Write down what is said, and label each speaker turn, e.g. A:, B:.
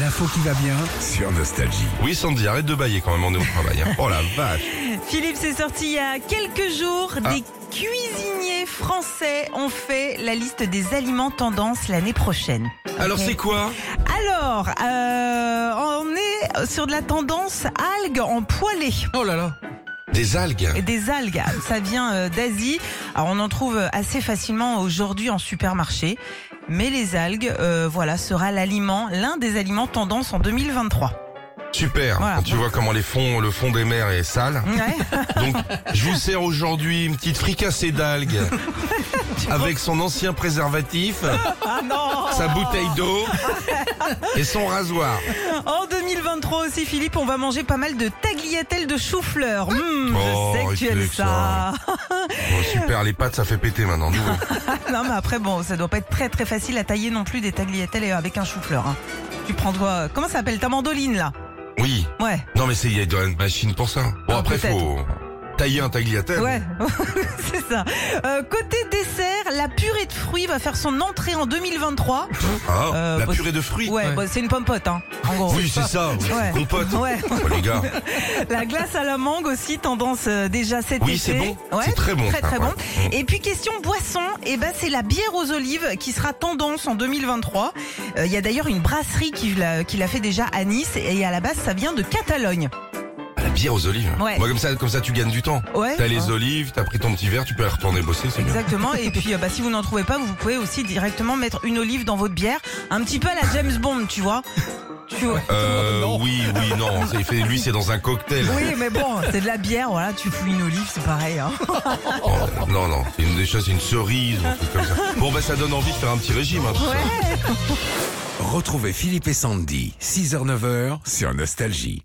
A: L'info qui va bien.
B: Sur Nostalgie. Oui, Sandy, arrête de bailler quand même, on est au travail. hein. Oh la vache.
C: Philippe, c'est sorti il y a quelques jours.
B: Ah.
C: Des cuisiniers français ont fait la liste des aliments tendance l'année prochaine.
B: Alors,
C: Ok.
B: c'est quoi
C: Alors, euh, on est sur de la tendance algues en poêlée.
B: Oh là là. Des algues.
C: Des algues, ça vient euh, d'Asie. Alors, on en trouve assez facilement aujourd'hui en supermarché. Mais les algues, euh, voilà, sera l'aliment, l'un des aliments tendance en 2023.
B: Super.
C: Voilà.
B: Quand tu vois comment les fonds, le fond des mers est sale.
C: Ouais.
B: Donc, je vous sers aujourd'hui une petite fricassée d'algues avec son ancien préservatif,
C: ah non
B: sa bouteille d'eau et son rasoir.
C: En 2023 aussi, Philippe, on va manger pas mal de tagliatelles de chou-fleur. Hmm,
B: Oh,
C: je sais que tu
B: arrêtez
C: aimes
B: avec
C: ça.
B: Bon, super, les pâtes, ça fait péter maintenant. Nouveau.
C: non, mais après, bon, ça doit pas être très très facile à tailler non plus des tagliatelles euh, avec un chou-fleur. hein. Tu prends toi, euh, comment ça s'appelle ta mandoline là
B: Oui.
C: Ouais,
B: Non, mais c'est, il y a une machine pour ça. Bon,
C: Ah,
B: après,
C: peut-être.
B: faut tailler un tagliatelle.
C: ouais, c'est ça. Euh, côté dessert, la purée de fruits va faire son entrée en 2023.
B: Ah,
C: Euh,
B: la
C: bah,
B: purée de fruits.
C: Ouais, bah, c'est une pompote, hein. En gros.
B: Oui, c'est ça. oui,
C: Ouais.
B: Compote.
C: Ouais.
B: Oh, les gars.
C: La glace à la mangue aussi, tendance euh, déjà cet
B: Oui,
C: été.
B: c'est bon.
C: Ouais,
B: C'est très bon,
C: Très,
B: ça, Mm.
C: très bon.
B: ouais.
C: Et puis, question boisson, eh ben, c'est la bière aux olives qui sera tendance en 2023. Euh, Il y a d'ailleurs une brasserie qui l'a, qui l'a fait déjà à Nice et à la base, ça vient de Catalogne.
B: Ah, La bière aux olives.
C: Ouais.
B: Moi, comme ça, comme ça, tu gagnes du temps.
C: Ouais. Ah.
B: T'as les olives, t'as pris ton petit verre, tu peux aller retourner bosser, c'est bien.
C: Exactement. Et puis, euh, bah, si vous n'en trouvez pas, vous pouvez aussi directement mettre une olive dans votre bière. Un petit peu à la James Bond, tu vois. Tu vois.
B: Euh, oui, oui, non. c'est- il fait- Lui, c'est dans un cocktail.
C: Oui, mais bon, c'est de la bière, voilà, tu fous une olive, c'est pareil. hein.
B: Oh, non, non. C'est une des choses, c'est une cerise, ou un truc comme ça. Bon, bah, ça donne envie de faire un petit régime. hein, tout ça.
A: Retrouvez Philippe et Sandy, 6h-9h sur Nostalgie.